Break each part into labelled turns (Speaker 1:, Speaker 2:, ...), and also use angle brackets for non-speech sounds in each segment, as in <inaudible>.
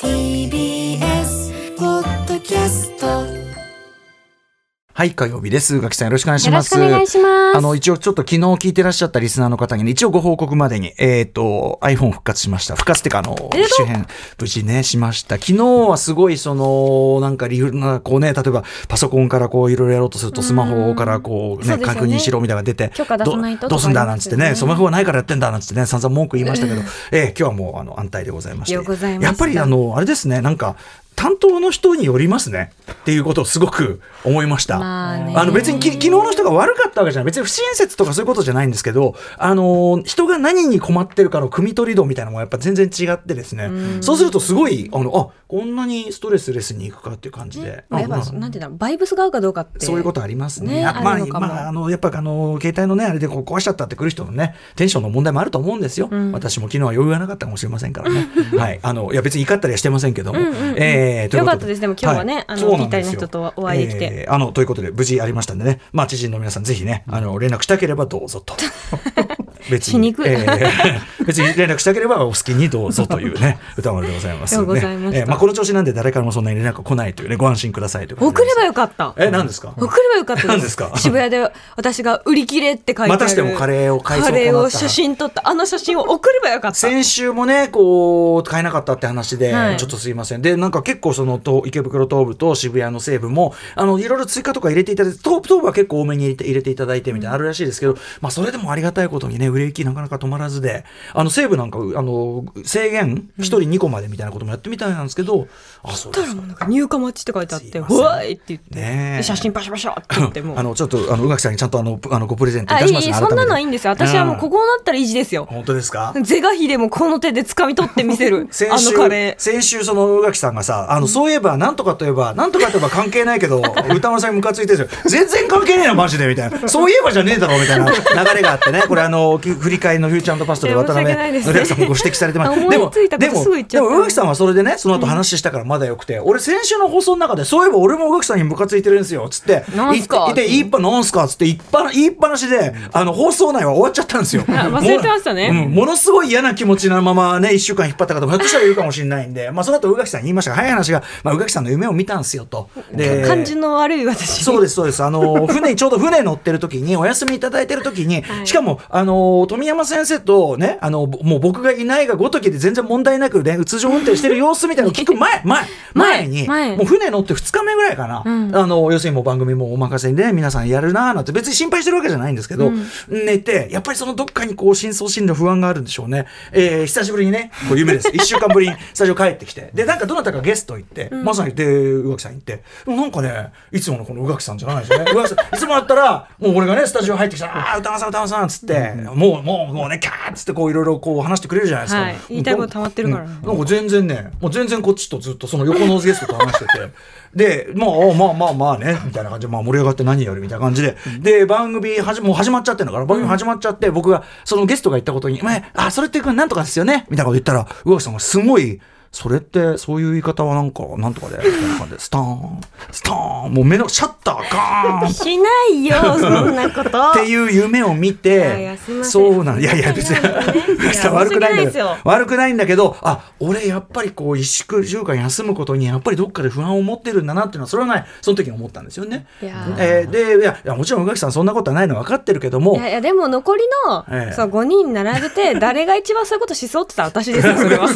Speaker 1: TBS ポッドキャスト
Speaker 2: はい、火曜日です。宇垣さんよろしくお願いし
Speaker 3: よろ
Speaker 2: ま
Speaker 3: し
Speaker 2: す。
Speaker 3: くお願いします
Speaker 2: あの、一応ちょっと昨日聞いてらっしゃったリスナーの方にね、一応ご報告までに、えっ、と、iPhone 復活しました。復活ってか、あの、周辺、無事ね、しました。昨日はすごい、その、なんか理由な、こうね、例えば、パソコンからこう、いろいろやろうとすると、スマホからこう、
Speaker 3: そ
Speaker 2: ね、
Speaker 3: うですよね
Speaker 2: 確認しろみたいなのが出て、
Speaker 3: 許可出さないと
Speaker 2: どどうすんだなんつってね、
Speaker 3: とかあります
Speaker 2: ス
Speaker 3: よね
Speaker 2: マホはないからやってんだなんつってね、散々文句言いましたけど、ええ今日はもう、あの、安泰でございまして。
Speaker 3: ようございました
Speaker 2: やっぱり、あの、あれですね、なんか、担当の人によりますねっていうことをすごく思いました。
Speaker 3: まあね
Speaker 2: の別にき昨日の人が悪かったわけじゃない別に不親切とかそういうことじゃないんですけど、あのー人が何に困ってるかの汲み取り度みたいなのもやっぱ全然違ってですねそうするとすごいあのあこんなにストレスレスにいくかっていう感じで。
Speaker 3: まあやっぱ、
Speaker 2: うんうん
Speaker 3: なんていうの、バイブスが合うかどうかって。
Speaker 2: そういうことありますね。
Speaker 3: ね
Speaker 2: あま
Speaker 3: あ
Speaker 2: あ、
Speaker 3: るのかも
Speaker 2: まあ、あの、やっぱあの、携帯のね、あれでこう壊しちゃったって来る人のね、テンションの問題もあると思うんですよ。私も昨日は余裕がなかったかもしれませんからね。はい。あの、いや別に怒ったりはしてませんけども。
Speaker 3: うんうんうん
Speaker 2: えーということ
Speaker 3: よかったですでも今日はねあの
Speaker 2: そうなんですよ
Speaker 3: ぴったりの人とお会いできて
Speaker 2: えーあの、ということで、無事ありましたんでね。まあ、知人の皆さん、ぜひね、あの、連絡したければどうぞ
Speaker 3: <laughs>
Speaker 2: と。別
Speaker 3: しにくい
Speaker 2: ー <laughs> 別に連絡したければお好きにどうぞという
Speaker 3: <laughs>
Speaker 2: ね、歌丸でございます
Speaker 3: よ
Speaker 2: ね。
Speaker 3: うございました
Speaker 2: えーまあ、この調子なんで誰からもそんなに連絡来ないというね、ご安心くださいという感じ
Speaker 3: 送
Speaker 2: で
Speaker 3: ればよかった。
Speaker 2: え、何ですか
Speaker 3: 送ればよかったです。
Speaker 2: 何ですか
Speaker 3: 渋谷で私が売り切れって書いてある。
Speaker 2: またしてもカレーを買いそう
Speaker 3: カレー
Speaker 2: こうな
Speaker 3: を
Speaker 2: った
Speaker 3: 写真撮った。あの写真を送ればよかった。
Speaker 2: 先週もね、こう、買えなかったって話で、
Speaker 3: はい
Speaker 2: ちょっとすいません。で、なんか結構その、と池袋東部と渋谷の西部も、あの、いろいろ追加とか入れていただいて、東部東部は結構多めに入れて入れていただいてみたいなのあるらしいですけど、まあ、それでもありがたいことにね、売れ行きなかなか止まらずで、あの、西部なんか、あの、制限、1人2個までみたいなこともやってみたいなんですけど、あ、そうですか。
Speaker 3: なんか入荷待ちって書いてあっ
Speaker 2: す
Speaker 3: て、
Speaker 2: いません
Speaker 3: わーいって言って、
Speaker 2: ねえ
Speaker 3: で写真パシャパシャって言ってもう。
Speaker 2: あの、ちょっと、あの、宇垣さんにちゃんとあの、ぷあのごプレゼントい
Speaker 3: あ、
Speaker 2: た
Speaker 3: い
Speaker 2: し
Speaker 3: い
Speaker 2: ます
Speaker 3: いい、
Speaker 2: ね
Speaker 3: そんなのはいいん
Speaker 2: 改めて
Speaker 3: ですよ。私はもうここになったら意地ですよ。
Speaker 2: 本当ですか。
Speaker 3: 是が非でもこの手で掴み取ってみせる
Speaker 2: <laughs> 先
Speaker 3: あ
Speaker 2: 週
Speaker 3: のカレー。
Speaker 2: 先週その宇垣さんがさあの、そういえばなんとかといえばなんとかといえば関係ないけ
Speaker 3: <laughs>
Speaker 2: ど歌丸さんにムカついてるんですよ全然関係ねえなマジでみた
Speaker 3: <laughs>
Speaker 2: いなそういえばじゃねえだろみたいな流れがあってねこれあのき振り返りのフューチャーパストで渡辺
Speaker 3: いや申し訳ないです
Speaker 2: 典明さんもご指摘されてます
Speaker 3: 思いついたこ
Speaker 2: で
Speaker 3: と
Speaker 2: も
Speaker 3: すぐ言っちゃ
Speaker 2: で
Speaker 3: っ
Speaker 2: も
Speaker 3: た
Speaker 2: でも宇垣さんはそれでねその後話したからまだよくて、俺先週の放送の中でそういえば俺も宇垣さんにムカついてるんですよつって
Speaker 3: なんすか
Speaker 2: いていていっぱなんすかつっていっぱ言いっぱなしであの放送内は終わっちゃったんですよ
Speaker 3: 忘れてましたね
Speaker 2: もううんものすごい嫌な気持ちのままね、1週間引っ張った方もひょっとしたらいるかもしれないんで、まあ、その後宇垣さんに言いましたが、早い話が、まあ、宇垣さんの夢を見たんですよと。で
Speaker 3: 感じの悪い私。
Speaker 2: そうですそうですあの船にちょうど船乗ってる時にお休みいただいてる時に、しかもあの富山先生とねあのもう僕がいないがごときで全然問題なくね通常運転してる様子みたいなのを聞く前前前に
Speaker 3: 前
Speaker 2: もう船乗って2日目ぐらいかな、あの要するにもう番組もお任せで、ね、皆さんやるなーなんて別に心配してるわけじゃないんですけど、寝てやっぱりそのどっかにこう深層心理の不安があるんでしょうね、えー久しぶりにねこう夢です
Speaker 3: <laughs>
Speaker 2: 1週間ぶりにスタジオ帰ってきてでなんかどなたかゲスト行って、まさにで宇垣さん行ってでもなんかねいつものこの宇垣さんじゃないですよね宇垣さんいつもだったらもう俺がねスタジオ入ってきたら「ああ歌丸さん歌丸さん」っつって、もうもうもうねキャーっつってこういろいろこう話してくれるじゃないですか、
Speaker 3: はい言いたいこと溜まってるから
Speaker 2: うんなんか全然ね、もう全然こっちとずっとその横のゲストと話してて、で、まあ、おまあまあまあね、みたいな感じで、まあ盛り上がって何よりみたいな感じで、で、番組はじ、もう始まっちゃってるのから、番組始まっちゃって、僕が、そのゲストが言ったことに、まあ、あ、それってなんとかですよねみたいなこと言ったら、上木さんがすごい、それって、そういう言い方はなんか、なんとかで、みたいな感じで、スターン、スターン、もう目の、シャッター、ガーン
Speaker 3: しないよ、そんなこと。
Speaker 2: っていう夢を見
Speaker 3: いや
Speaker 2: て
Speaker 3: いやすいません
Speaker 2: そうなんいやいや別に <laughs>
Speaker 3: や
Speaker 2: さ悪くないんだけ
Speaker 3: 申し訳ないですよ
Speaker 2: ど悪くないんだけどあ俺やっぱりこう一週週間休むことにやっぱりどっかで不安を持ってるんだなっていうのはそれはねその時に思ったんですよね。
Speaker 3: いやー
Speaker 2: えーでいやいやもちろん宇垣さんそんなことはないの分かってるけども
Speaker 3: いやいやでも残りの、
Speaker 2: ええ
Speaker 3: そう5人並
Speaker 2: <laughs>
Speaker 3: べて誰が一番そういうことしそうって言ったら私ですよそれは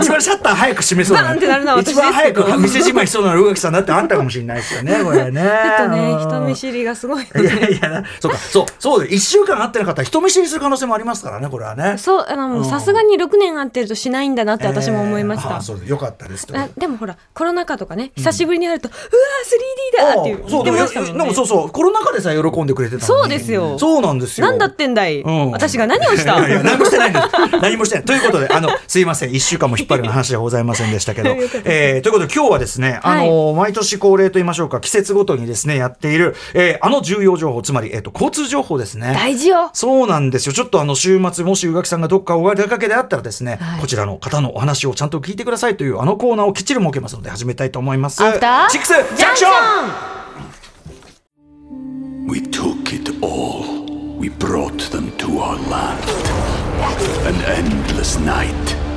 Speaker 2: 一番シャッター早く閉めそう
Speaker 3: バ
Speaker 2: な
Speaker 3: ンってなるのは私で
Speaker 2: 一
Speaker 3: すけど
Speaker 2: 番早く店じまいしそうなのは宇垣さんだってあったかもしれないですよ
Speaker 3: <laughs>
Speaker 2: ねこれね。
Speaker 3: ちょっとね人見知りがすごい
Speaker 2: いやいやそうかそうそうで1週間会ってなかったら人見知りする可能性もありますからねこれはね。
Speaker 3: そうあのさすがに6年会ってるとしないんだなって私も思いまし
Speaker 2: えーあ
Speaker 3: た
Speaker 2: ー、そうですよかったですというこ
Speaker 3: あ
Speaker 2: とで
Speaker 3: でもほらコロナ禍とかね久しぶりに会うと、うわー 3D だっていう
Speaker 2: そうでもよ
Speaker 3: 言ってましたもんね
Speaker 2: でもそうそうコロナ禍でさえ喜んでくれてたのに
Speaker 3: そうですよ
Speaker 2: そうなんですよ
Speaker 3: なんだってんだい、
Speaker 2: うん
Speaker 3: 私が何をし
Speaker 2: いやいや
Speaker 3: た
Speaker 2: 何もしてないんです何もしてないということであのすいません一週間も引っ張るような話でごございませんでした
Speaker 3: <laughs>
Speaker 2: けど
Speaker 3: よかっ。た
Speaker 2: えーということで今日はですね、あのー毎年恒例と言いましょうか、季節ごとにですね、やっている、えーあの重要情報、つまり、えっ、と、交通情報ですね。
Speaker 3: 大事よ
Speaker 2: そうなんですよ。ちょっとあの週末、もし宇垣さんがどっかお出かけであったらですね、
Speaker 3: はい
Speaker 2: こちらの方のお話をちゃんと聞いてくださいというあのコーナーをきっちり設けますので始めたいと思います。
Speaker 3: アフター
Speaker 2: シックスジャンクション
Speaker 4: We took it all. We brought them to our land. An endless night,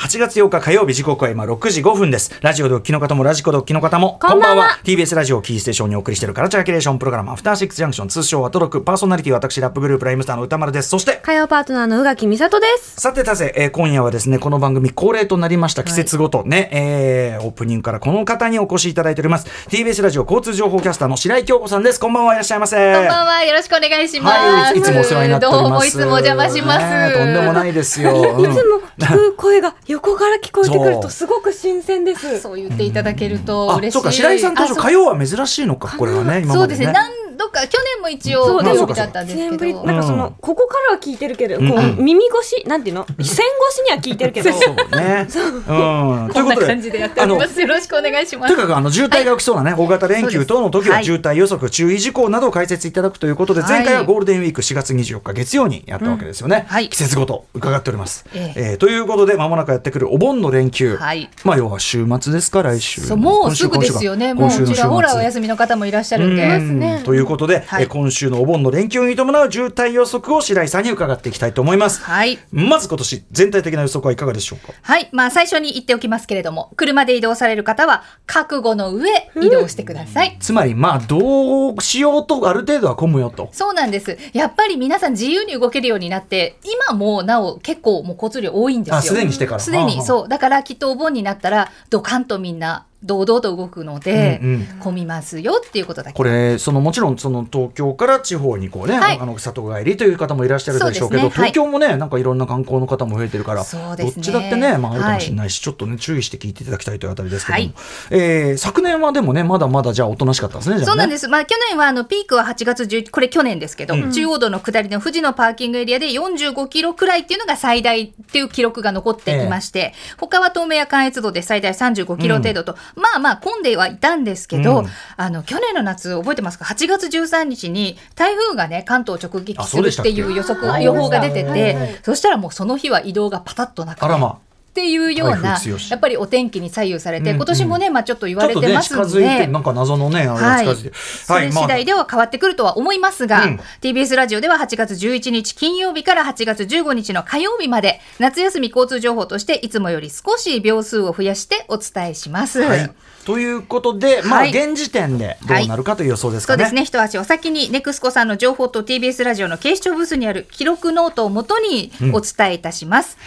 Speaker 2: 8月8日火曜日時刻は今6時5分です。ラジオドッキの方もラジコドッキの方も、
Speaker 3: こんばんは
Speaker 2: TBS ラジオをキーステーションにお送りしているカルチャーキュレーションプログラム、アフターシックスジャンクション、通称はトロク、パーソナリティは私、ラップグループライムスターの歌丸です。そして、
Speaker 3: 火曜パートナーの宇垣美里です
Speaker 2: さて、たせ、えー今夜はですね、この番組恒例となりました季節ごとね、えーオープニングからこの方にお越しいただいております。TBS ラジオ交通情報キャスターの白井京子さんです。こんばんはいらっしゃいませ。
Speaker 5: こんばんは、よろしくお願いします。
Speaker 2: はい、いつもお世話になっております。
Speaker 5: どうもいつもお邪魔します。
Speaker 2: ねとんでもないです
Speaker 5: <laughs>
Speaker 2: よ。
Speaker 3: いつ
Speaker 2: うん
Speaker 3: も聞く声が横から聞こえてくる
Speaker 2: そう
Speaker 3: とすごく新鮮です
Speaker 5: そう言っていただけると嬉し
Speaker 2: あ、
Speaker 5: い。
Speaker 2: そうか、白井さん当
Speaker 5: あ
Speaker 2: 初
Speaker 5: そう
Speaker 2: 火曜は珍しいのか、これはね、今
Speaker 5: そ
Speaker 2: ま
Speaker 5: う
Speaker 2: で
Speaker 5: ですね。
Speaker 2: ね。
Speaker 5: 何度か、去年も一
Speaker 3: そう
Speaker 5: 応火
Speaker 3: でも
Speaker 5: 曜日だったんで
Speaker 3: 1
Speaker 5: す
Speaker 3: 年ぶ
Speaker 5: け
Speaker 3: り
Speaker 5: ど。
Speaker 3: なんかその、ここからは聞いてるけど、こう耳越しなんていうの線越しには聞いてるけど
Speaker 2: そうね。うん。という
Speaker 5: <laughs> こん
Speaker 2: こ
Speaker 5: な
Speaker 2: とで、
Speaker 5: 感じでやっております。よろしくお願いしま
Speaker 2: と
Speaker 5: す
Speaker 2: に。かくあの渋滞が起きそうなね、大型連休等の時
Speaker 5: そう
Speaker 2: は
Speaker 5: です
Speaker 2: 渋滞予測、注意事項などを解説いただくということで、
Speaker 5: はい
Speaker 2: 前回はゴールデンウィーク4月24日月曜にやったわけですよね。
Speaker 5: はい
Speaker 2: 季節ごと伺っております。
Speaker 5: ええ
Speaker 2: えーということで、まもなくやってくるお盆の連休。
Speaker 5: はい
Speaker 2: まあ、要は週末ですか、来週の。
Speaker 5: そうもう
Speaker 2: 今週
Speaker 5: すぐですよね。も
Speaker 2: 今週
Speaker 5: う
Speaker 2: の週
Speaker 5: ち
Speaker 2: 末
Speaker 5: らほらお休みの方もいらっしゃるんで。
Speaker 2: うんということで、
Speaker 5: はい
Speaker 2: えー今週のお盆の連休に伴う渋滞予測を白井さんに伺っていきたいと思います。
Speaker 5: はい。
Speaker 2: まず今年、全体的な予測はいかがでしょうか
Speaker 5: はい。まあ、最初に言っておきますけれども、車で移動される方は、覚悟の上、移動してください。
Speaker 2: つまり、まあ、どうしようと、ある程度は混むよと。
Speaker 5: そうなんです。やっぱり皆さん自由に動けるようになって、今もなお結構もう交通量多いんですよ。
Speaker 2: あすでにしてから
Speaker 5: すで
Speaker 2: はあ
Speaker 5: に、
Speaker 2: はあ
Speaker 5: そう。だからきっとお盆になったら、ドカンとみんな、堂々と動くので、
Speaker 2: うんうん
Speaker 5: 混みますよっていうことだけ。
Speaker 2: これそのもちろんその東京から地方にこうね、
Speaker 5: はい
Speaker 2: あの里帰りという方もいらっしゃるでしょうけど
Speaker 5: そうですねはい
Speaker 2: 東京もねなんかいろんな観光の方も増えてるから、
Speaker 5: そうで
Speaker 2: どっ
Speaker 5: すね
Speaker 2: ちだってね、まあ、あるかもしれないし、ちょっとね注意して聞いていただきたいというあたりですけども、えー昨年はでもねまだまだじゃあおとなしかったですねじゃあね
Speaker 5: そうなんです。まあ、去年はあのピークは8月11、これ去年ですけど、中央道の下りの富士のパーキングエリアで45キロくらいっていうのが最大っていう記録が残っていまして、他は東名や関越道で最大35キロ程度と、まあまあ混んではいたんですけど、
Speaker 2: うん
Speaker 5: あの、去年の夏覚えてますか ?8 月13日に台風がね、関東直撃
Speaker 2: あ
Speaker 5: す
Speaker 2: そう
Speaker 5: る
Speaker 2: でしたっ
Speaker 5: って
Speaker 2: け
Speaker 5: いう予測、予報が出てて、そしたらもうその日は移動がパタッとなくて。
Speaker 2: あらま
Speaker 5: っていうよう
Speaker 2: 台
Speaker 5: な
Speaker 2: 風強し
Speaker 5: やっぱりお天気に左右されて、
Speaker 2: うんうん
Speaker 5: 今年もね、まあ、ちょっと言
Speaker 2: ち
Speaker 5: わ
Speaker 2: ょっ
Speaker 5: れ
Speaker 2: と
Speaker 5: て
Speaker 2: ね
Speaker 5: ます
Speaker 2: 近
Speaker 5: ん
Speaker 2: づいて
Speaker 5: で
Speaker 2: なんか謎のねあれが近づいて、
Speaker 5: それ次第では変わってくるとは思いますが、TBS ラジオでは8月11日金曜日から8月15日の火曜日まで夏休み交通情報としていつもより少し秒数を増やしてお伝えします。
Speaker 2: はい、ということで、まあ、
Speaker 5: はい
Speaker 2: 現時点でどうなるかという予想です
Speaker 5: そ
Speaker 2: か
Speaker 5: う
Speaker 2: ね。
Speaker 5: ですね一足お先にネクスコさんの情報と TBS ラジオの警視庁ブースにある記録ノートをもとにお伝えいたします。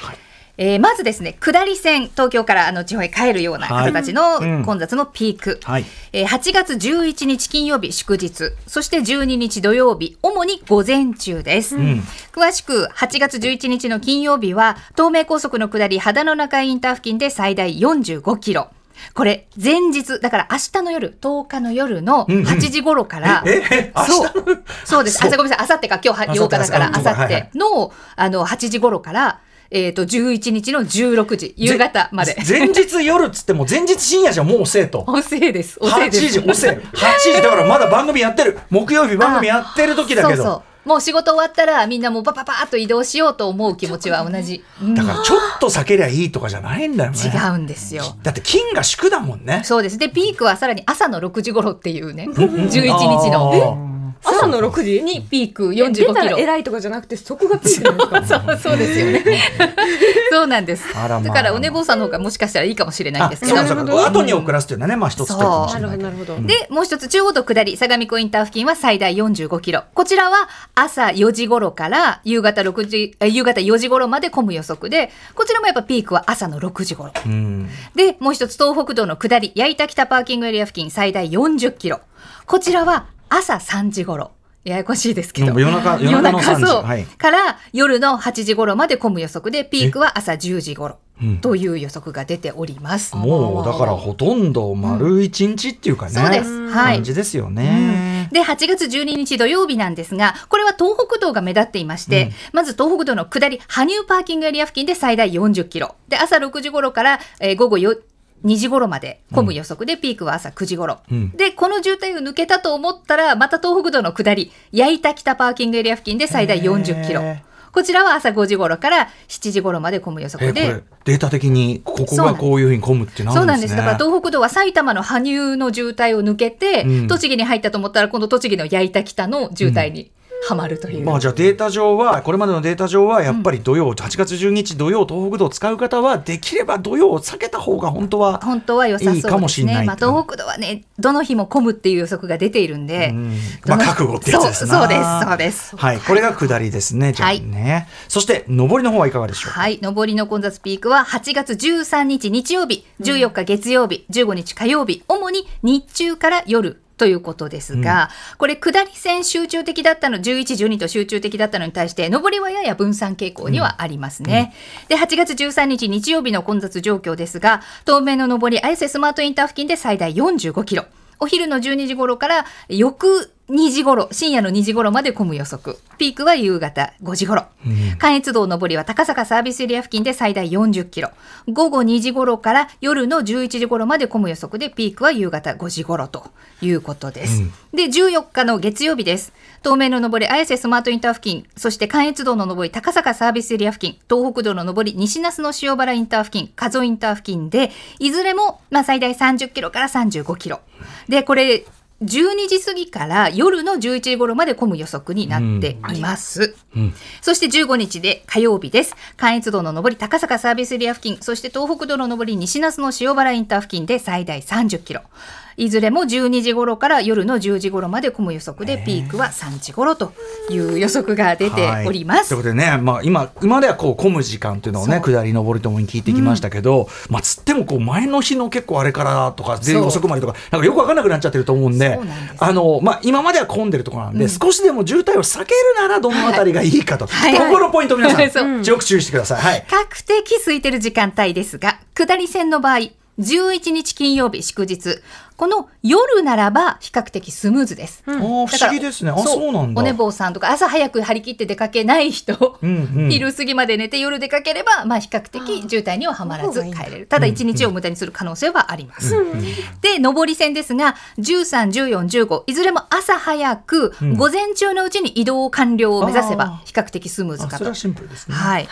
Speaker 5: えーまずですね下り線東京からあの地方へ帰るような
Speaker 2: はい
Speaker 5: 方たち
Speaker 2: うんうん
Speaker 5: の混雑のピーク、
Speaker 2: はい
Speaker 5: えー8月11日金曜日祝日そして12日土曜日主に午前中です、詳しく8月11日の金曜日は東名高速の下り秦野中井インター付近で最大45キロこれ前日だから明日の夜10日の夜の8時頃から、
Speaker 2: ええ明日
Speaker 5: そうそうです。あ、ごめんなさい。あさってか、今日は
Speaker 2: 明後
Speaker 5: 8
Speaker 2: 日
Speaker 5: 日だから、
Speaker 2: 明後
Speaker 5: あ
Speaker 2: 日
Speaker 5: さっ
Speaker 2: はいはい
Speaker 5: ての、あの、8時頃から、えっ、と、11日の16時、夕方まで。 <laughs>
Speaker 2: 前日夜っつっても前日深夜じゃもう遅えと。
Speaker 5: おせいです。おせ
Speaker 2: 8
Speaker 5: いです。
Speaker 2: 時、遅い。8時、だからまだ番組やってる。木曜日番組やってる時だけど。
Speaker 5: そうそう。もう仕事終わったら、みんなもうパパパーっと移動しようと思う気持ちは同じ。うん
Speaker 2: だからちょっと避けりゃいいとかじゃないんだよね。
Speaker 5: 違うんですよ。
Speaker 2: だって金が宿だもんね。
Speaker 5: そうです。で、ピークはさらに朝の6時頃っていうね、11日の。
Speaker 2: の。
Speaker 3: 朝の6時に
Speaker 5: ピーク45
Speaker 3: 出た
Speaker 5: キ
Speaker 3: ら
Speaker 5: ロ。
Speaker 3: 偉いとかじゃなくてそこがピークなんですか
Speaker 5: そうそうですよね。そうなんです。
Speaker 2: あらまあ
Speaker 5: だからお寝坊さんの方がもしかしたらいいかもしれないんですけど。
Speaker 2: あそうかそうか後に遅らすというのはね、まあ一つというかもし
Speaker 3: な
Speaker 2: れ
Speaker 3: る
Speaker 2: な
Speaker 3: ほ
Speaker 2: い
Speaker 3: ど。なるほど、
Speaker 5: で、もう一つ、中央道下り、相模湖インター付近は最大45キロ。こちらは朝4時頃から夕方6時、え夕方4時頃まで混む予測で、こちらもやっぱピークは朝の6時頃。
Speaker 2: うん
Speaker 5: で、もう一つ、東北道の下り、矢板北パーキングエリア付近最大40キロ。こちらは朝3時頃。ややこしいですけど。
Speaker 2: 夜中、夜中の3時。
Speaker 5: そう、
Speaker 2: はい。
Speaker 5: から夜の8時頃まで混む予測で、ピークは朝10時頃という予測が出ております。
Speaker 2: もう、だからほとんど丸一日っていうかね。
Speaker 5: そうです。はい。
Speaker 2: 感じですよね。
Speaker 5: で、8月12日土曜日なんですが、これは東北道が目立っていまして、まず東北道の下り、羽生パーキングエリア付近で最大40キロ。で、朝6時頃から、えー午後よ2時頃まで混む予測で、ピークは朝9時頃、で、この渋滞を抜けたと思ったら、また東北道の下り、矢板北パーキングエリア付近で最大40キロ
Speaker 2: へー。
Speaker 5: こちらは朝5時頃から7時頃まで混む予
Speaker 2: え
Speaker 5: 測
Speaker 2: これ
Speaker 5: で、
Speaker 2: データ的にここ
Speaker 5: そうな
Speaker 2: が
Speaker 5: んです
Speaker 2: こういうふうに混むってな
Speaker 5: そ
Speaker 2: る
Speaker 5: うんな
Speaker 2: で
Speaker 5: ん
Speaker 2: す
Speaker 5: で
Speaker 2: ね。
Speaker 5: す。だから東北道は埼玉の羽生の渋滞を抜けて、
Speaker 2: うん
Speaker 5: 栃木に入ったと思ったら、今度栃木の矢板北の渋滞にはまるという。
Speaker 2: まあじゃあデータ上はこれまでのデータ上はやっぱり土曜、8月12日土曜東北道を使う方はできれば土曜を避けた方が本当は
Speaker 5: 本当は良さそう
Speaker 2: い
Speaker 5: で
Speaker 2: いかも
Speaker 5: す
Speaker 2: しれ
Speaker 5: ね。
Speaker 2: ない
Speaker 5: まあ、東北道はね、どの日も混むっていう予測が出ているんで、
Speaker 2: うんま
Speaker 5: ど
Speaker 2: あ
Speaker 5: の
Speaker 2: 覚悟ってやつですな
Speaker 5: そうそうです、そうです。
Speaker 2: はいこれが下りですねじゃあね、そして上りの方はいかがでしょうか、
Speaker 5: はい、上りの混雑ピークは8月13日日曜日、14日月曜日、15日火曜日、主に日中から夜。ということですが、これ下り線集中的だったの11、12と集中的だったのに対して上りはやや分散傾向にはありますね、で8月13日日曜日の混雑状況ですが東名の上り綾瀬スマートインター付近で最大45キロお昼の12時頃から翌2時頃深夜の2時頃まで混む予測ピークは夕方5時頃、関越道上りは高坂サービスエリア付近で最大40キロ午後2時頃から夜の11時頃まで混む予測でピークは夕方5時頃ということです、で14日の月曜日です東名の上り綾瀬スマートインター付近そして関越道の上り高坂サービスエリア付近東北道の上り西那須野塩原インター付近加須インター付近でいずれも、まあ、最大30キロから35キロでこれ12時過ぎから夜の11時頃まで混む予測になっています、そして15日で火曜日です関越道の上り高坂サービスエリア付近そして東北道の上り西那須野塩原インター付近で最大30キロいずれも12時頃から夜の10時頃まで混む予測でピークは3時頃という予測が出ておりま
Speaker 2: はい
Speaker 5: す、
Speaker 2: ということでね、まあ、今今まではこう混む時間っていうのをね
Speaker 5: そう
Speaker 2: 下り上りともに聞いてきましたけど、まあ、つってもこう前の日の結構あれからとか全
Speaker 5: そう
Speaker 2: 遅くまでとかなんかよく分かんなくなっちゃってると思うんで
Speaker 5: そうなんです
Speaker 2: あの、まあ、今までは混んでるところなんで、少しでも渋滞を避けるならどのあたりがいいかと、
Speaker 5: はい
Speaker 2: ここのポイント皆さん、
Speaker 5: そう
Speaker 2: よく注意してください。はい
Speaker 5: 比較的空いてる時間帯ですが、下り線の場合、11日金曜日祝日、この夜ならば比較的スムーズです。
Speaker 2: あー不思
Speaker 5: だから
Speaker 2: 議ですね。あ、そうなんだ。
Speaker 5: お寝坊さんとか朝早く張り切って出かけない人、
Speaker 2: んうん
Speaker 5: 昼過ぎまで寝て夜出かければ、まあ、比較的渋滞にははまらず帰れるただ1日を無駄にする可能性はあります、で上り線ですが131415いずれも朝早く、午前中のうちに移動完了を目指せば比較的スムーズ
Speaker 2: あ
Speaker 5: か
Speaker 2: そ
Speaker 5: と
Speaker 2: れはシンプルですね。
Speaker 5: はい、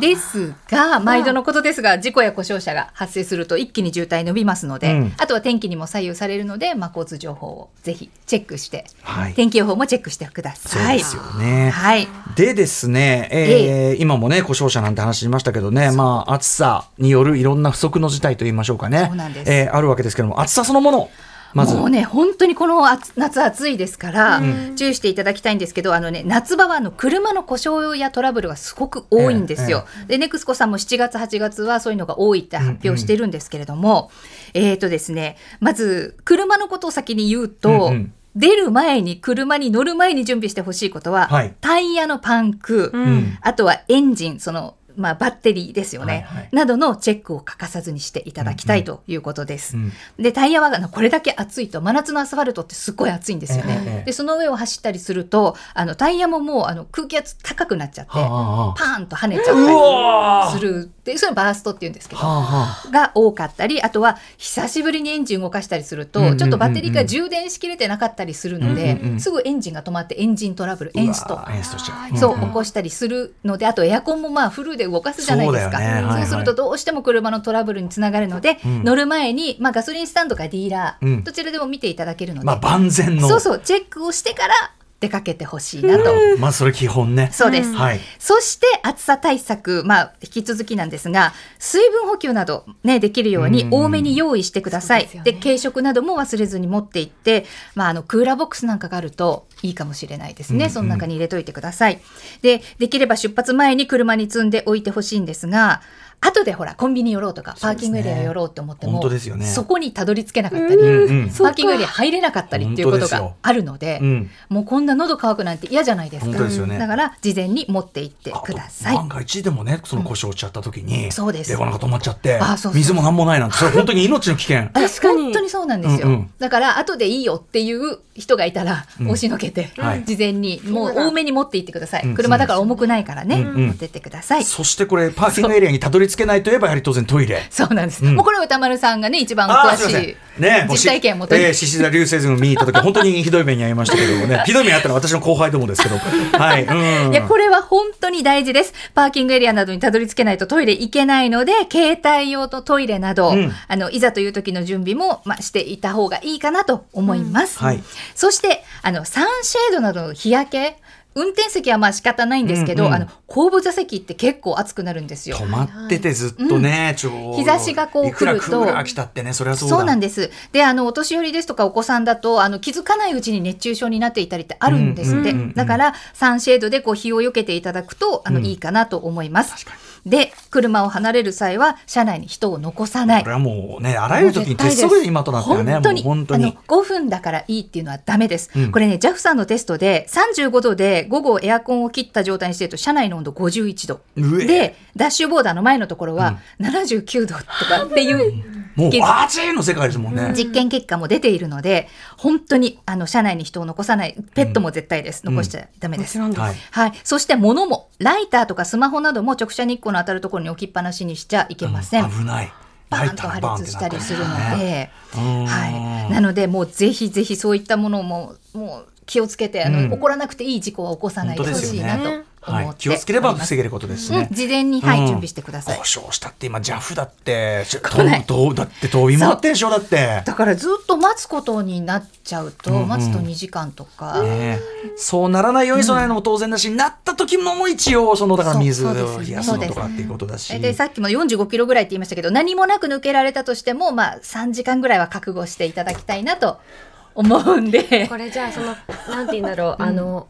Speaker 5: ですが毎度のことですが事故や故障者が発生すると一気に渋滞伸びますの
Speaker 2: う
Speaker 5: で、
Speaker 2: ん
Speaker 5: あとは天気にも左右されるので、まあ、交通情報をぜひチェックして、
Speaker 2: はい
Speaker 5: 天気予報もチェックしてくだ
Speaker 2: そう
Speaker 5: さい。
Speaker 2: ですよね。
Speaker 5: はい
Speaker 2: でですね、えー今もね、故障者なんて話しましたけどね、まあ、暑さによるいろんな不足の事態といいましょうかね、
Speaker 5: そうなんです
Speaker 2: えーあるわけですけども、暑さそのもの、まず、
Speaker 5: もうね本当にこの暑夏暑いですから、注意していただきたいんですけどあの、ね、夏場はあの車の故障やトラブルがすごく多いんですよ。でネクスコさんも7月8月はそういうのが多いって発表してるんですけれども、えっ、とですねまず車のことを先に言うと。
Speaker 2: うんうん
Speaker 5: 出る前に車に乗る前に準備してほしいことは、
Speaker 2: はい
Speaker 5: タイヤのパンク、
Speaker 2: ん
Speaker 5: あとはエンジンその、まあ、バッテリーですよね、
Speaker 2: はいはい
Speaker 5: などのチェックを欠かさずにしていただきたいということです。
Speaker 2: うん
Speaker 5: でタイヤはあのこれだけ暑いと真夏のアスファルトってすごい暑いんですよね。
Speaker 2: ええええ
Speaker 5: でその上を走ったりするとあのタイヤももうあの空気圧高くなっちゃって
Speaker 2: はあはあ
Speaker 5: パーンと跳ねちゃったりするでそれバーストって言うんですけど。
Speaker 2: はあは
Speaker 5: が多かったりあとは久しぶりにエンジン動かしたりすると、
Speaker 2: うんうんうんうん
Speaker 5: ちょっとバッテリーが充電しきれてなかったりするので、すぐエンジンが止まってエンジントラブルエンスト
Speaker 2: あ演出しちゃう
Speaker 5: そう起こしたりするのであとエアコンもまあフルで動かすじゃないです
Speaker 2: そ
Speaker 5: か
Speaker 2: う
Speaker 5: そう,、
Speaker 2: だよねはいはい
Speaker 5: するとどうしても車のトラブルにつながるので、乗る前に、まあ、ガソリンスタンドかディーラー、
Speaker 2: うん
Speaker 5: どちらでも見ていただけるので、
Speaker 2: まあ、万全の。
Speaker 5: そうそうチェックをしてから出かけてほしいなと。
Speaker 2: まあそれ基本ね。
Speaker 5: そうです、
Speaker 2: はい。
Speaker 5: そして暑さ対策、まあ、引き続きなんですが水分補給など、ね、できるように多めに用意してください、
Speaker 3: そうですよ
Speaker 5: で
Speaker 3: ね
Speaker 5: 軽食なども忘れずに持っていって、まあ、あのクーラーボックスなんかがあるといいかもしれないですね、その中に入れといてくださいでできれば出発前に車に積んでおいてほしいんですが後でほらコンビニ寄ろうとかパーキングエリア寄ろうと思っても
Speaker 2: 本当ですよね
Speaker 5: そこにたどり着けなかったり、
Speaker 2: うん
Speaker 5: パーキングエリア入れなかったりっていうことがあるので
Speaker 2: うん
Speaker 5: もうこんな喉乾くなんて嫌じゃないです
Speaker 2: 本
Speaker 5: か
Speaker 2: 当ですよね
Speaker 5: だから事前に持って行ってください
Speaker 2: 万が一でもね、その故障しちゃった時に、
Speaker 5: そうです
Speaker 2: 電話なんか止まっちゃって
Speaker 5: あそうそう、
Speaker 2: 水もなんもないなんて、それ本当に命の危険。
Speaker 3: 確かに
Speaker 5: 本当にそうなんですよ、
Speaker 2: うんうん
Speaker 5: だから後でいいよっていう人がいたら
Speaker 2: ん
Speaker 5: 押しのけて、
Speaker 2: はい
Speaker 5: 事前にもう多めに持って行ってください、
Speaker 2: ん
Speaker 5: 車だから重くないから
Speaker 2: う
Speaker 5: ね、
Speaker 2: んうん
Speaker 5: 持ってってください、
Speaker 2: そしてこれ、パーキングエリアにたどり着けないといえば、やはり当然トイレ。
Speaker 5: そうなんです、
Speaker 2: うん
Speaker 5: もうこれは歌丸さんがね一番
Speaker 2: あ
Speaker 5: 詳
Speaker 2: ーすいませ
Speaker 5: し
Speaker 2: ん
Speaker 5: い
Speaker 2: ね
Speaker 5: 実体験をもと
Speaker 2: と
Speaker 5: に、
Speaker 2: えー、獅子座流星群見に行った時本当にひどい目に遭いましたけども
Speaker 5: <laughs>
Speaker 2: ねひどい目に遭ったのは私の後輩どもですけどはいうん
Speaker 5: いや、これは本当に大事です。パーキングエリアなどにたどり着けないとトイレ行けないので、携帯用とトイレなど、
Speaker 2: うん
Speaker 5: あの、いざという時の準備も、まあ、していた方がいいかなと思います。
Speaker 2: うんはい
Speaker 5: そして、あの、サンシェードなどの日焼け、運転席はまあ仕方ないんですけど、
Speaker 2: うんうん
Speaker 5: あの、後部座席って結構暑くなるんですよ。
Speaker 2: 止まっててずっとね、ちょうど
Speaker 5: 日差しがこう
Speaker 2: いくら
Speaker 5: 来ると
Speaker 2: クーラー来たってねそれはそうだ
Speaker 5: そうなんです。で、あの、お年寄りですとかお子さんだと、あの、気づかないうちに熱中症になっていたりってあるんですって。
Speaker 2: うんうんうんうん
Speaker 5: だから、サンシェードでこう、日を避けていただくと、あの、いいかなと思います。で、車を離れる際は、車内に人を残さない
Speaker 2: これ。はもうねあらゆる時に鉄則で今となってはね
Speaker 5: 本当に
Speaker 2: もう本当に
Speaker 5: あの5分だからいいっていうのはダメです、
Speaker 2: うん
Speaker 5: これね JAF さんのテストで35度で午後エアコンを切った状態にしてると車内の温度51度
Speaker 2: うえ
Speaker 5: でダッシュボーダーの前のところは79度とかっていう
Speaker 2: もうアーチーの世界ですもんね、
Speaker 5: 実験結果も出ているので、本当にあの車内に人を残さない、ペットも絶対です、残しちゃダメです。
Speaker 3: なんだ
Speaker 2: はい
Speaker 5: はい、そして物もライターとかスマホなども直射日光の当たるところに置きっぱなしにしちゃいけません。
Speaker 2: 危ない
Speaker 5: バ
Speaker 2: ライ
Speaker 5: ーンと
Speaker 2: ター
Speaker 5: 破
Speaker 2: がバーンっ
Speaker 5: 裂
Speaker 2: て
Speaker 5: し
Speaker 2: な
Speaker 5: た
Speaker 2: った
Speaker 5: り
Speaker 2: り
Speaker 5: す
Speaker 2: す
Speaker 5: る
Speaker 2: る
Speaker 5: の
Speaker 2: の
Speaker 5: で、
Speaker 2: ねうん
Speaker 5: はい、なのでもうぜひぜひそういったものももう気をつけてあの、
Speaker 2: うん
Speaker 5: 起こらなくていい事故は起こさないでほしいなと思っております、
Speaker 2: はい、気をつければ防げることです
Speaker 5: うん
Speaker 2: ね、
Speaker 5: 事前に、はい
Speaker 2: うん
Speaker 5: 準備してください
Speaker 2: 故。障したって今 JAF だって
Speaker 5: ない
Speaker 2: どうだってどう今運転手だって
Speaker 5: だからずっと待つことになっちゃうと、
Speaker 2: うんうん
Speaker 5: 待つと2時間とか、
Speaker 2: ねえそうならないように備えるのも当然だし、なった時も一応そのだから水
Speaker 5: そうそう
Speaker 2: を
Speaker 5: ですよね
Speaker 2: 冷やすのとかっていうことだし、
Speaker 5: えでさっきも45キロぐらいって言いましたけど何もなく抜けられたとしても、まあ、3時間ぐらいは覚悟していただきたいなと思うんで
Speaker 3: これじゃあそのなんて言うんだろう、あの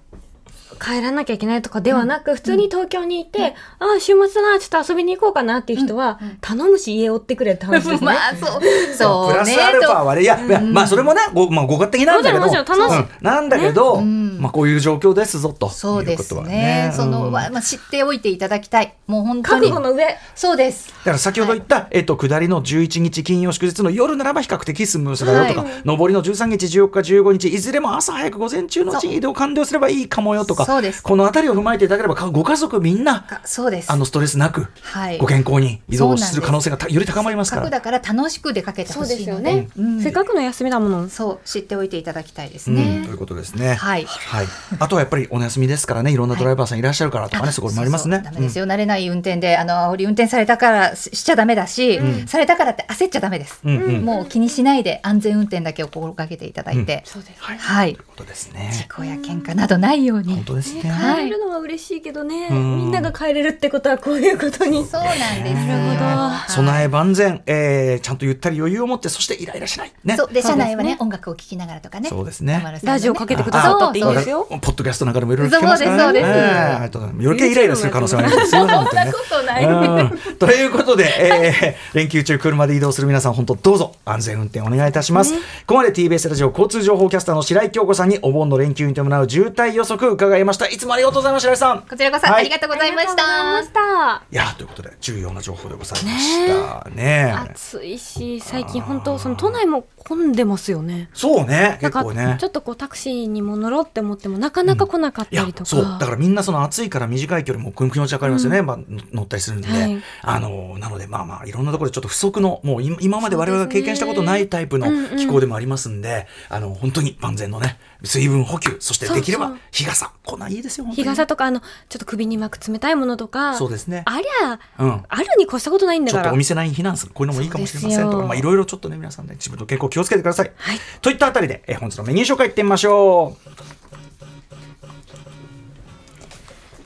Speaker 3: 帰らなきゃいけないとかではなく、普通に東京にいて、ああ週末だなちょっと遊びに行こうかなっていう人は、頼むし家追ってくれって話ですね。
Speaker 5: まあそうそ
Speaker 2: プ
Speaker 5: う
Speaker 2: ラ
Speaker 5: ね
Speaker 2: スアルファ
Speaker 5: と
Speaker 2: はあれいや、いやまあそれもねご,、まあ、ご勝手になんだけど
Speaker 3: もちろんもちろん楽しい
Speaker 2: うんなんだけど、
Speaker 5: ん
Speaker 2: まあ、こういう状況ですぞと
Speaker 5: そう
Speaker 2: い
Speaker 5: で
Speaker 2: うこと
Speaker 5: す
Speaker 2: は
Speaker 5: ね
Speaker 2: ね。
Speaker 5: その、
Speaker 2: うん
Speaker 5: まあまあ、知っておいていただきたいもう本当
Speaker 3: 覚
Speaker 5: に
Speaker 3: 悟の上
Speaker 5: そうです
Speaker 2: だから先ほど言った、えっと、下りの11日金曜祝日の夜ならば比較的スムースだよとか、上りの13日、14日、15日、いずれも朝早く午前中のうちに移動完了すればいいかもよとか、
Speaker 5: そうです
Speaker 2: このあたりを踏まえていただければ、かご家族みんな、
Speaker 5: かそうです
Speaker 2: あのストレスなく、
Speaker 5: はい
Speaker 2: ご健康に移動する可能性がたより高まりますか
Speaker 5: 覚
Speaker 2: ら。
Speaker 5: だから楽しく出かけて
Speaker 3: そ
Speaker 5: ほ
Speaker 3: うで
Speaker 5: しい
Speaker 3: す
Speaker 5: の
Speaker 3: よ
Speaker 5: で
Speaker 3: ね、せっかくの休みだもの。
Speaker 5: そう知っておいていただきたいです
Speaker 2: うん
Speaker 5: ね、
Speaker 2: ということですね。
Speaker 5: はい
Speaker 2: はい。あとはやっぱりお休みですからね、いろんなドライバーさんいらっしゃるからとかね、そこもありますね。
Speaker 5: そうそうダメですよ、慣れない運転であの煽り運転されたからししちゃダメだし、されたからって焦っちゃダメです、
Speaker 2: うんうん
Speaker 5: もう気にしないで安全運転だけを心がけていただいて、はい、
Speaker 2: ということですね
Speaker 5: 事。故や喧嘩などないように
Speaker 2: 本当ですね。
Speaker 5: はい
Speaker 3: 帰れるのは嬉しいけどね、
Speaker 2: ん
Speaker 3: みんなが帰れるってことはこういうことに。
Speaker 5: そうなんですよはい
Speaker 2: 備え万全、えーちゃんとゆったり余裕を持って、そしてイライラしない。ね。
Speaker 5: そうで
Speaker 3: そうですね
Speaker 5: 車内はね音楽を聴きながらとかね
Speaker 2: そうですね
Speaker 5: 田丸さんの
Speaker 3: ラジオかけてくださったっていい
Speaker 5: そう
Speaker 3: で
Speaker 5: そう
Speaker 3: すよ。
Speaker 2: ポッドキャストなんかでもいろいろ聞けますからね。
Speaker 5: そうですそうです
Speaker 2: ええありがとうございますよりけイライラする可能性があります。すいません本当にね
Speaker 5: とな
Speaker 2: うんということで、えー連休中車で移動する皆さん、本当どうぞ安全運転お願いいたします。ここまで TBS ラジオ交通情報キャスターの白井京子さんにお盆の連休に伴う渋滞予測伺いました。いつもありがとうございました、白井さん。
Speaker 5: こちらこそ
Speaker 2: はい
Speaker 5: ありがとうございま
Speaker 3: あ
Speaker 5: した、
Speaker 3: りがとうございました。
Speaker 2: いやーということで重要な情報でございましたね
Speaker 3: 暑いし、最近本当その都内も混んでますよね。
Speaker 2: そうね、結
Speaker 3: なんか
Speaker 2: 構ね
Speaker 3: ちょ。っとこうタクシーにも乗ろうって思ってもなかなか来なかっ
Speaker 2: い
Speaker 3: た
Speaker 2: や
Speaker 3: りとか。
Speaker 2: そうだからみんなその暑いから短い距離もくんくんちゃかりますよね、まあ、の乗ったりするんで、
Speaker 3: はい
Speaker 2: あのなのでまあまあいろんなところでちょっと不足のもう今今まで我々が経験したことないタイプの気候でもありますんであの本当に万全のね水分補給そしてできれば日傘こんなんいいですよ本当
Speaker 3: 日
Speaker 2: に
Speaker 3: 傘とかあのちょっと首に巻く冷たいものとか。
Speaker 2: そうですね
Speaker 3: ありゃ、
Speaker 2: うん
Speaker 3: あるに越したことないんだ
Speaker 2: ちょ
Speaker 3: か
Speaker 2: っと
Speaker 3: ら
Speaker 2: お。店内に避難するこういうのもいいかもしれませんと
Speaker 3: そうです
Speaker 2: か
Speaker 3: よ
Speaker 2: まあいろいろちょっとね皆さんね自分の健康気をつけてください、といったあたりでえ本日のメニュー紹介いってみましょう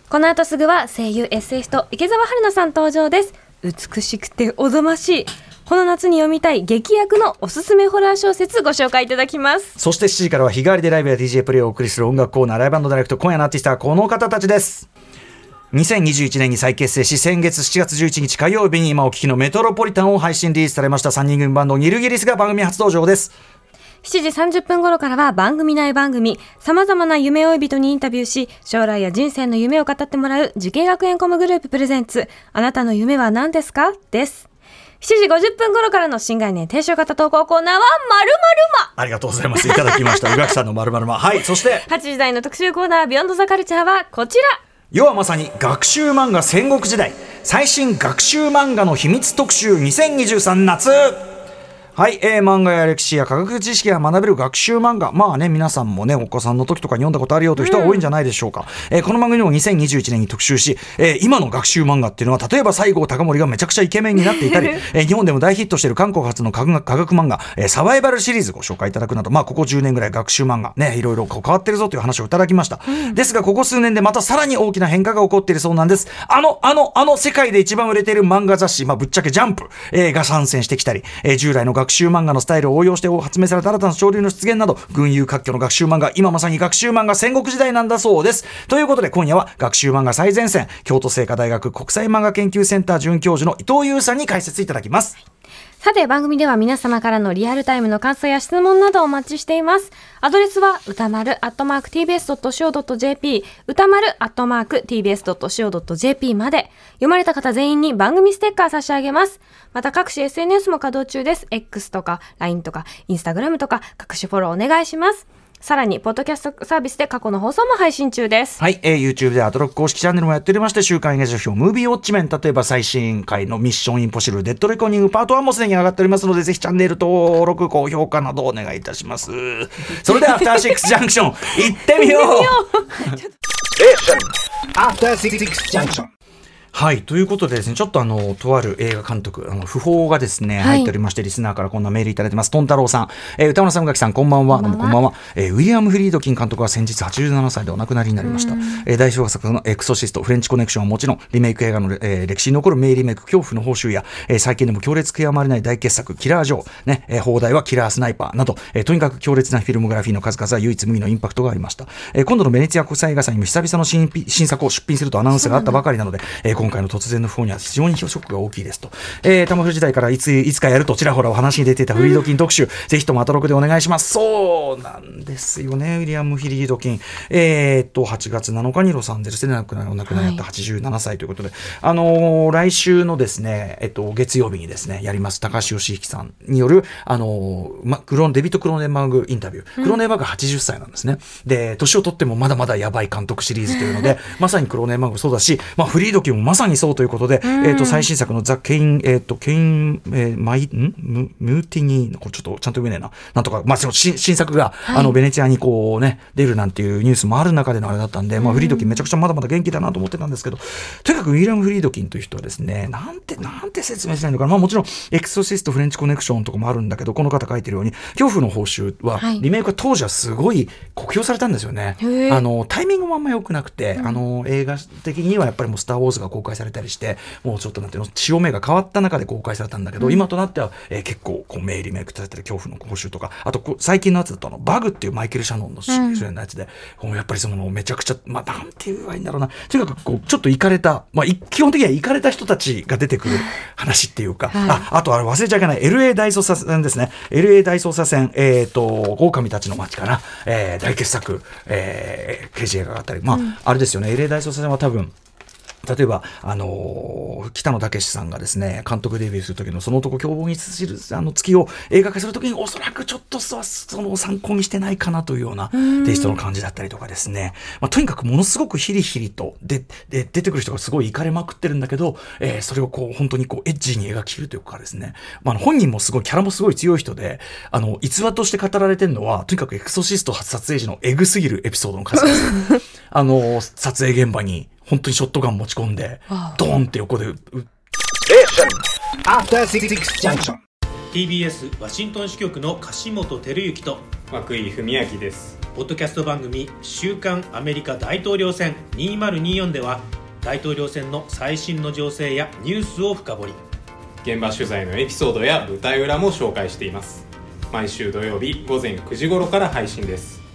Speaker 3: この後すぐは声優エッセイスト池澤春菜さん登場です美しくておぞましいこの夏に読みたい劇薬のおすすめホラー小説ご紹介いただきます
Speaker 2: そして7時からは日替わりでライブや DJ プレイをお送りする音楽コーナーライブディレクト今夜のアーティストはこの方たちです2021年に再結成し先月7月11日火曜日に今お聞きのメトロポリタンを配信リリースされました3人組バンドニルギリスが番組初登場です
Speaker 3: 7時30分頃からは番組内番組様々な夢追い人にインタビューし将来や人生の夢を語ってもらう受験学園コムグループプレゼンツあなたの夢は何ですかです7時50分頃からの新概念提唱型投稿コーナーはまるまるま
Speaker 2: ありがとうございますいただきました宇垣さんのまるまるまはいそして
Speaker 3: 8時台の特集コーナービヨンドザカルチャーはこちら
Speaker 2: 世はまさに学習漫画戦国時代最新学習漫画の秘密特集2023夏はい、えー漫画や歴史や科学知識が学べる学習漫画まあね皆さんもねお子さんの時とかに読んだことあるよという人は多いんじゃないでしょうか、えーこの番組でも2021年に特集し、えー今の学習漫画っていうのは例えば西郷隆盛がめちゃくちゃイケメンになってい <laughs> たり、えー日本でも大ヒットしている韓国発の科学科学漫画、えーサバイバルシリーズご紹介いただくなどまあここ10年ぐらい学習漫画ねいろいろこう変わってるぞという話をいただきました、ですがここ数年でまたさらに大きな変化が起こっているそうなんですあのあのあの世界で一番売れている漫画雑誌、まあ、ぶっちゃけジャンプ、えーが参戦してきたり、えー従来の学習漫画のスタイルを応用して発明された新たな潮流の出現など群雄割拠の学習漫画今まさに学習漫画戦国時代なんだそうですということで今夜は学習漫画最前線京都精華大学国際漫画研究センター准教授の伊藤優さんに解説いただきます
Speaker 3: さて番組では皆様からのリアルタイムの感想や質問などお待ちしています。アドレスは歌丸 @tbs.co.jp 歌丸 @tbs.co.jp まで読まれた方全員に番組ステッカー差し上げます。また各種 SNS も稼働中です。X とか LINE とか Instagram とか各種フォローお願いします。さらに、ポッドキャストサービスで過去の放送も配信中です。
Speaker 2: はい、えー YouTube でアトロック公式チャンネルもやっておりまして、週刊映画辞表、ムービーウォッチメン、例えば最新回のミッションインポッシブル、デッドレコーニングパート1もすでに上がっておりますので、ぜひチャンネル登録、高評価などお願いいたします。それでは、アフターシックスジャンクション、行ってみようはい、ということでですね、ちょっとあの、とある映画監督、あの、訃報がですね、入っておりまして、リスナーからこんなメールいただいてます。トン太郎さん、えー歌村さん、宇垣さん、こんばんは。どうもこんばんは。えーウィリアム・フリードキン監督は先日87歳でお亡くなりになりました。えー代表作のエクソシスト、フレンチコネクションはもちろん、リメイク映画の、えー歴史に残る名リメイク、恐怖の報酬や、えー最近でも強烈極まれない大傑作、キラー・ジョー、ね、えー放題はキラー・スナイパーなど、えーとにかく強烈なフィルムグラフィーの数々は唯一無二のインパクトがありました。えー今度のベネツィア国際映画祭にも久々の新品新作を出品するとアナウンスがあったばかりなので、えー今回の突然の不法には非常にショックが大きいですと。えー、玉藤時代からいついつかやるとちらほらお話に出ていたフリードキン特集、ぜひともアトロクでお願いします。そうなんですよね、ウィリアム・フリードキン。えーっと、8月7日にロサンゼルスで亡くなお亡くなりになった87歳ということで、あのー来週のですね、えっと、月曜日にですね、やります、高橋義之さんによる、あのーま、クロンデビット・クロネマーグインタビュー。クロネマーグ80歳なんですね。で、年を取ってもまだまだやばい監督シリーズというので、まさにクロネマーグもそうだし、まあ、フリードキンもまさにそうということで、えー、と最新作のザ・ケイン、えー、とケイン、えーマイ、んムムーティニーの、これちょっとちゃんと読めねえな。なんとか、まあ、その新新作が、あの、ベネチアにこうね、出るなんていうニュースもある中でのあれだったんで、まあ、フリードキンめちゃくちゃまだまだ元気だなと思ってたんですけど、とにかくウィリアム・フリードキンという人はですね、なんて、なんて説明しないのかな。まあ、もちろん、エクソシスト・フレンチ・コネクションとかもあるんだけど、この方書いてるように、恐怖の報酬は、
Speaker 3: はい
Speaker 2: リメイクは当時はすごい酷評されたんですよね。
Speaker 3: へえ
Speaker 2: あのタイミングもあんま良くなくて、あの映画的にはやっぱりもう「スター・ウォーズ」が公開されたりしてもうちょっとなんていうの潮目が変わった中で公開されたんだけど、今となっては、えー結構こう名リメイクされたり恐怖の報酬とかあとこう最近のやつだとあのバグっていうマイケル・シャノンの主主演のやつで、もうやっぱりそのめちゃくちゃ、まあ、なんて言えばいいんだろうなとにかくこうちょっといかれた、まあ、い基本的にはいかれた人たちが出てくる話っていうか、ああとあれ忘れちゃいけない LA 大捜査線ですね LA 大捜査線えっ、ー、と狼たちの街かな、えー大傑作、えー、刑事映画があったりまあ、あれですよね LA 大捜査線は多分例えば、あのー北野武さんがですね、監督デビューする時のその男凶暴に知るあの月を映画化する時におそらくちょっとそその参考にしてないかなというようなテイストの感じだったりとかですね、まあ、とにかくものすごくヒリヒリとでで出てくる人がすごいかれまくってるんだけど、えーそれをこう本当にこうエッジに描き切るというかですね、まあ、あの本人もすごいキャラもすごい強い人で、あの逸話として語られてるのはとにかくエクソシスト撮影時のエグすぎるエピソードの数々あの撮影現場に本当にショットガン持ち込んで、ドーンって横でう
Speaker 6: After Six Junction.
Speaker 7: TBS ワシントン支局の樫本照之と
Speaker 8: 涌井文明です
Speaker 7: ポッドキャスト番組「週刊アメリカ大統領選2024」では大統領選の最新の情勢やニュースを深掘り
Speaker 8: 現場取材のエピソードや舞台裏も紹介しています毎週土曜日午前9時頃から配信です